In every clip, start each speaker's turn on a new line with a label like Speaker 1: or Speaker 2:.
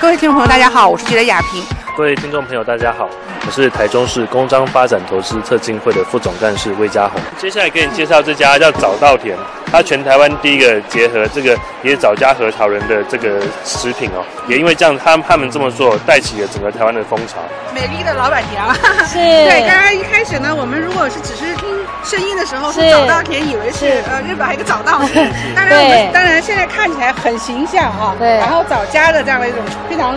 Speaker 1: 各位听众朋友，大家好，我是记者雅萍。
Speaker 2: 各位听众朋友，大家好，我是台中市工商发展投资特进会的副总干事魏家宏。接下来给你介绍这家叫早稻田，它全台湾第一个结合这个野枣加核桃仁的这个食品哦，也因为这样，他他们这么做带起了整个台湾的风潮。
Speaker 1: 美丽的老板 娘，
Speaker 3: 是，
Speaker 1: 对，刚刚一开始呢，我们如果是只是听声音的时候，说
Speaker 3: 是
Speaker 1: 早稻田，以为是
Speaker 3: 是
Speaker 1: 呃日本还有一个早 稻田。当然，我
Speaker 3: 对
Speaker 1: 们当然现在看起来很形象哈。
Speaker 3: 对
Speaker 1: 然后早家的这样的一种非常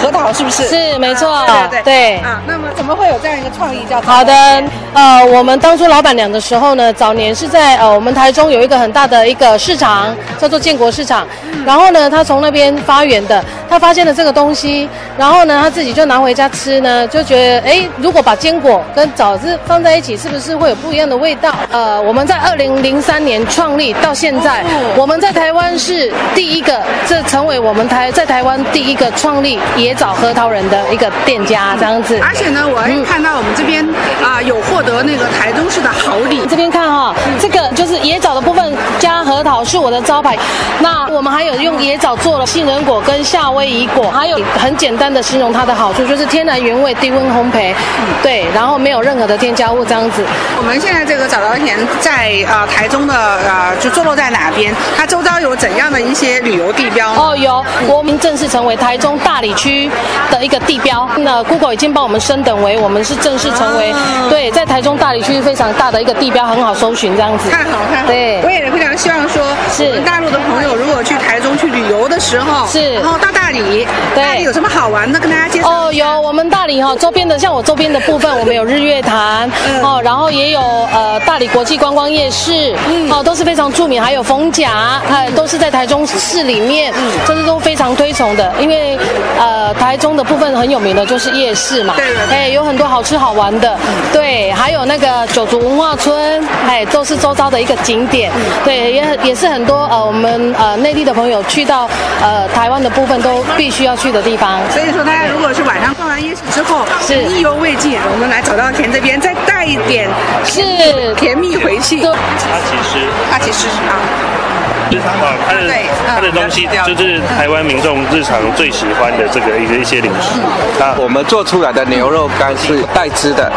Speaker 1: 核桃，是不是？
Speaker 3: 是没错
Speaker 1: 啊对对
Speaker 3: 对
Speaker 1: 啊，那么怎么会有这样一个创意叫早稻
Speaker 3: 好的
Speaker 1: 田？，
Speaker 3: 呃，我们当初老板娘的时候呢，早年是在呃我们台中有一个很大的一个市场，叫做建国市场。
Speaker 1: 嗯
Speaker 3: 然后呢，她从那边发源的，她发现了这个东西，然后呢，她自己就拿回家吃呢，就觉得哎，如果把坚果跟枣子放在一起，是不是会有不一样的味道？呃，我们在二零零三年创立到现在，
Speaker 1: 哦
Speaker 3: 我们在台湾是第一个，这成为我们台在台湾第一个创立野枣核桃仁的一个店家，这样子。
Speaker 1: 而且呢，我还
Speaker 3: 嗯
Speaker 1: 哎看到我们这边啊、有获得那个台中市的好礼。
Speaker 3: 这边看哈、这个就是野枣的部分加核桃是我的招牌。那我们还有用野枣做了杏仁果跟夏威夷果，还有很简单的形容它的好处就是天然原味、低温烘焙，对，然后没有任何的添加物这样子。
Speaker 1: 我们现在这个早稻田在呃台中的呃就坐落在哪边？它周遭有怎样的一些旅游地标呢？
Speaker 3: 哦，有，国民正式成为台中大理区的一个地标。那 Google 已经帮我们升等为我们是正式成为、对，在台中大理区非常大的一个地标，很好搜寻这样子。
Speaker 1: 太好了，太好了！
Speaker 3: 对
Speaker 1: 我也非常希望说，
Speaker 3: 是
Speaker 1: 我们大陆的朋友如果去台中去旅游的时候，
Speaker 3: 是
Speaker 1: 然后到大理，
Speaker 3: 对
Speaker 1: 大理有什么好玩的，跟大家介绍。
Speaker 3: 哦，有我们大理哈、周边的，像我周边的部分，我们有日月潭，
Speaker 1: 嗯
Speaker 3: 哦，然后也有呃大理国际观光夜市，
Speaker 1: 嗯
Speaker 3: 哦，都是非常著名，还有逢甲，呃，都是在台中市里面，
Speaker 1: 嗯
Speaker 3: 这是都非常推崇的，因为呃台中的部分很有名的就是夜市嘛，
Speaker 1: 对对对嗯
Speaker 3: 哎，有很多好吃好玩的，对，还有那个九族文化村，哎，都是周遭的一个景点，
Speaker 1: 嗯
Speaker 3: 对，也也是很多呃我们呃内地的朋友去到呃台湾的部分都必须要去的地方。
Speaker 1: 所以说，大家如果是晚上逛完夜市之后，
Speaker 3: 是
Speaker 1: 意犹未尽，我们来早稻田这边再带一点
Speaker 3: 是
Speaker 1: 甜蜜回去，
Speaker 3: 对
Speaker 2: 它其实
Speaker 1: 大起试试啊！
Speaker 2: 就是它的它的
Speaker 1: 对
Speaker 2: 它的东西就是台湾民众日常最喜欢的这个一个一些零食。它
Speaker 4: 我们做出来的牛肉干是带汁的，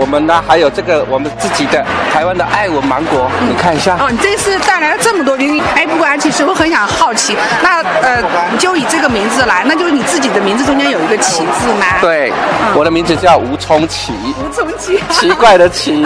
Speaker 4: 我们呢还有这个我们自己的台湾的爱文芒果，你看一下。
Speaker 1: 哦，你这次带来了这么多东西，哎，不过安琪师我很想好奇，那呃，你就以这个名字来，那就是你自己的名字中间有一个“奇”字吗？，
Speaker 4: 对，
Speaker 1: 嗯
Speaker 4: 我的名字叫吴冲 奇，
Speaker 1: 吴从奇。
Speaker 4: 奇怪的奇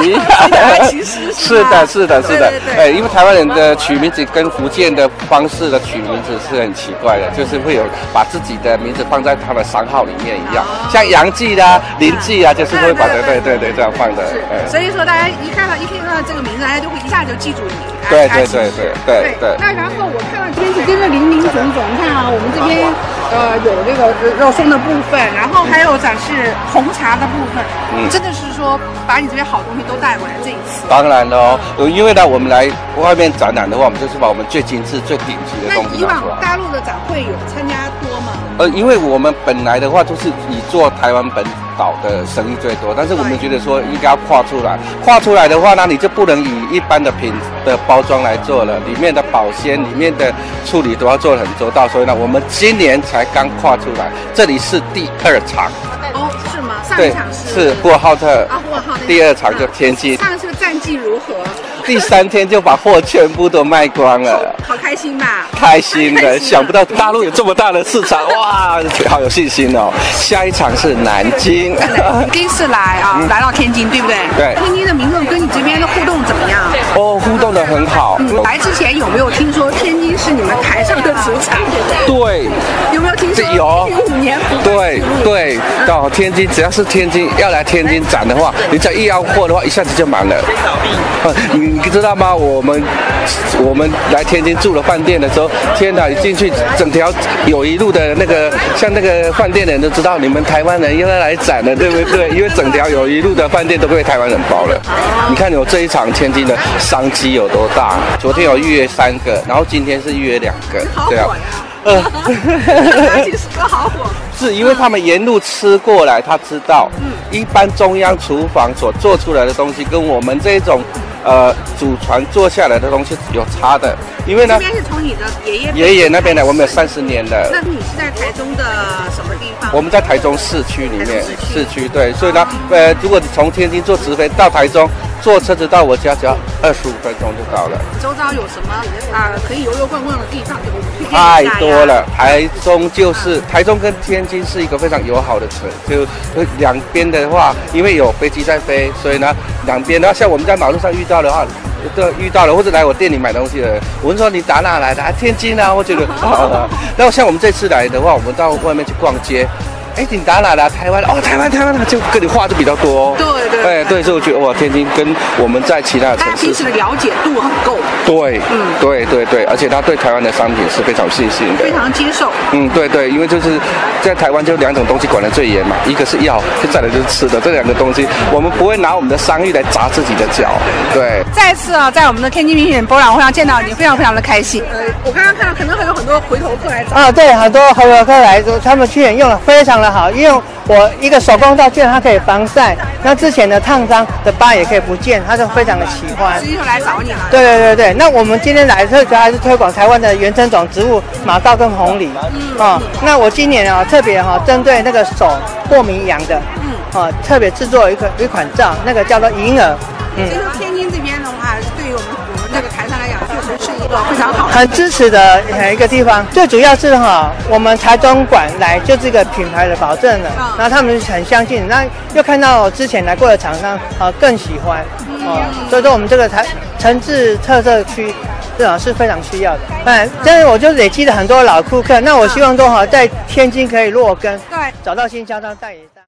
Speaker 1: 怪奇是吧
Speaker 4: 是的，是的，是的
Speaker 1: 对对。对
Speaker 4: 哎，因为台湾人的取名字跟福建的方式的取名字是很奇怪的，就是会有把自己的名字放在他的商号里面一样，
Speaker 1: 哦
Speaker 4: 像杨记啦、林记啊，就是会把它对对对这样放的。
Speaker 1: 是
Speaker 4: 哎
Speaker 1: 所以说大家一看到一听到这个名字，大家就会一下就记住你。哎
Speaker 4: 对
Speaker 1: 安
Speaker 4: 对
Speaker 1: 琪
Speaker 4: 对
Speaker 1: 师
Speaker 4: 对对对。
Speaker 1: 那然后我看到这边是真的林林总总，你看啊，我们这边呃有这个肉松的部分，然后还有展示红茶的部分，
Speaker 4: 嗯
Speaker 1: 真的是说把你这边好东西都带过来这一次。
Speaker 4: 当然了哦，呃因为呢，我们来外面展览的话，我们就是把我们最精致、最顶级的
Speaker 1: 那
Speaker 4: 东
Speaker 1: 以
Speaker 4: 西拿
Speaker 1: 往
Speaker 4: 出来。
Speaker 1: 大陆的展会有参加多吗？
Speaker 4: 呃，因为我们本来的话就是以做台湾本岛的生意最多，但是我们觉得说应该要跨出来，跨出来的话呢，你就不能以一般的品的包装来做了，里面的保鲜、里面的处理都要做得很周到，所以呢，我们今年才刚跨出来，这里是第二场，
Speaker 1: 哦，是吗？上一
Speaker 4: 对
Speaker 1: 场，是
Speaker 4: 是呼和浩特
Speaker 1: 啊，我好。
Speaker 4: 第二场就天津，
Speaker 1: 上次战绩如何？
Speaker 4: 第三天就把货全部都卖光了。
Speaker 1: 好开心吧？
Speaker 4: 呃
Speaker 1: 啊
Speaker 4: 开心
Speaker 1: 太开
Speaker 4: 的，
Speaker 1: 心了
Speaker 4: 想不到大陆有这么大的市场，哇，好有信心哦！下一场是南 京，
Speaker 1: 第一次来啊，来到天津，对不对？
Speaker 4: 嗯对
Speaker 1: 天津的民众跟你这边的互动怎么样？
Speaker 4: 哦，互动的很好。
Speaker 1: 嗯，来之前有没有听说天津是你们台上的主场？
Speaker 4: 对，
Speaker 1: 有没有听说？
Speaker 4: 这有
Speaker 1: 五年不败
Speaker 4: 对
Speaker 1: 记录
Speaker 4: 对，到天津，只要是天津要来天津展的话，你只要一要货的话，一下子就满了。呃你知道吗？我们我们来天津住了饭店的时候，天哪，一进去整条有一路的那个，像那个饭店的人都知道你们台湾人又要来展了，对不对？因为整条有一路的饭店都被台湾人包了。你看有这一场天津的商机有多大？昨天有预约三个，然后今天是预约两个，
Speaker 1: 好火
Speaker 4: 对啊。
Speaker 1: 呀！
Speaker 4: 呃
Speaker 1: 安琪师哥好 火，
Speaker 4: 是因为他们沿路吃过
Speaker 1: 嗯
Speaker 4: 来，他知道，一般中央厨房所做出来的东西跟我们这种呃祖传做下来的东西有差的，因为
Speaker 1: 这
Speaker 4: 呢，
Speaker 1: 边是从你的爷爷
Speaker 4: 爷爷那边呢，我们有三十年的。
Speaker 1: 那你是在台中的什么地方？
Speaker 4: 我们在台中市区里面
Speaker 1: 台中，市啊
Speaker 4: 市区对，所以呢，呃，如果你从天津坐直飞到台中，坐车子到我家只要二十五分钟就到了，
Speaker 1: 周遭有什么啊、可以游游逛逛的地方？给我们推荐一下
Speaker 4: 太
Speaker 1: 呀
Speaker 4: 多了。。台中就是台中跟天津是一个非常友好的城，就就两边的话，因为有飞机在飞，所以呢，两边呢，像我们在马路上遇到的话。都遇到了，或者来我店里买东西的人，我们说你打哪来的？啊，天津啊，我觉得。 啊然后像我们这次来的话，我们到外面去逛街，哎，你打哪来？台湾哦，台湾台湾，就跟你话就比较多、哦。
Speaker 1: 对对
Speaker 4: 哎对，所以我觉得哇，天津跟我们在其他的城
Speaker 1: 大家
Speaker 4: 市
Speaker 1: 平时的了解度很够，
Speaker 4: 对，
Speaker 1: 嗯
Speaker 4: 对对对，而且他对台湾的商品是非常有信心的
Speaker 1: 非。常接受。
Speaker 4: 嗯，对对，因为就是在台湾就两种东西管得最严嘛，一个是药，再来就是吃的，这两个东西我们不会拿我们的商誉来砸自己的脚。对，
Speaker 1: 再次啊，在我们的天津名品博览会上见到你，非常非常的开心。呃，我刚刚看到可能还有很多回头客来找。
Speaker 5: 啊，对，很多回游客来，他们去年用的非常的好，因为我一个手工皂居然它可以防晒，那之前的烫伤的疤也可以不见，他就非常的喜欢
Speaker 1: 所。以就来找你了。
Speaker 5: 对对对对，那我们今天来特主要还是推广台湾的原生种植物马皂跟红梨。啊、那我今年啊特别哈、针对那个手过敏痒的，啊、特别制作一个一款皂，那个叫做银耳，嗯
Speaker 1: 所以，说天津这边的话，对于我们我们这个台商来讲，确实是一个非常好的。
Speaker 5: 很支持的呃一个地方。最主要是哈、我们台中馆来就是一个品牌的保证了
Speaker 1: 嗯，
Speaker 5: 然后他们很相信，那又看到之前来过的厂商啊、更喜欢，哦、所以说我们这个台城市特色区。这种是非常需要的，哎，但是我就累积了很多老顾客，那我希望说哈，在天津可以落根，
Speaker 1: 对
Speaker 5: 找到新销商代理商。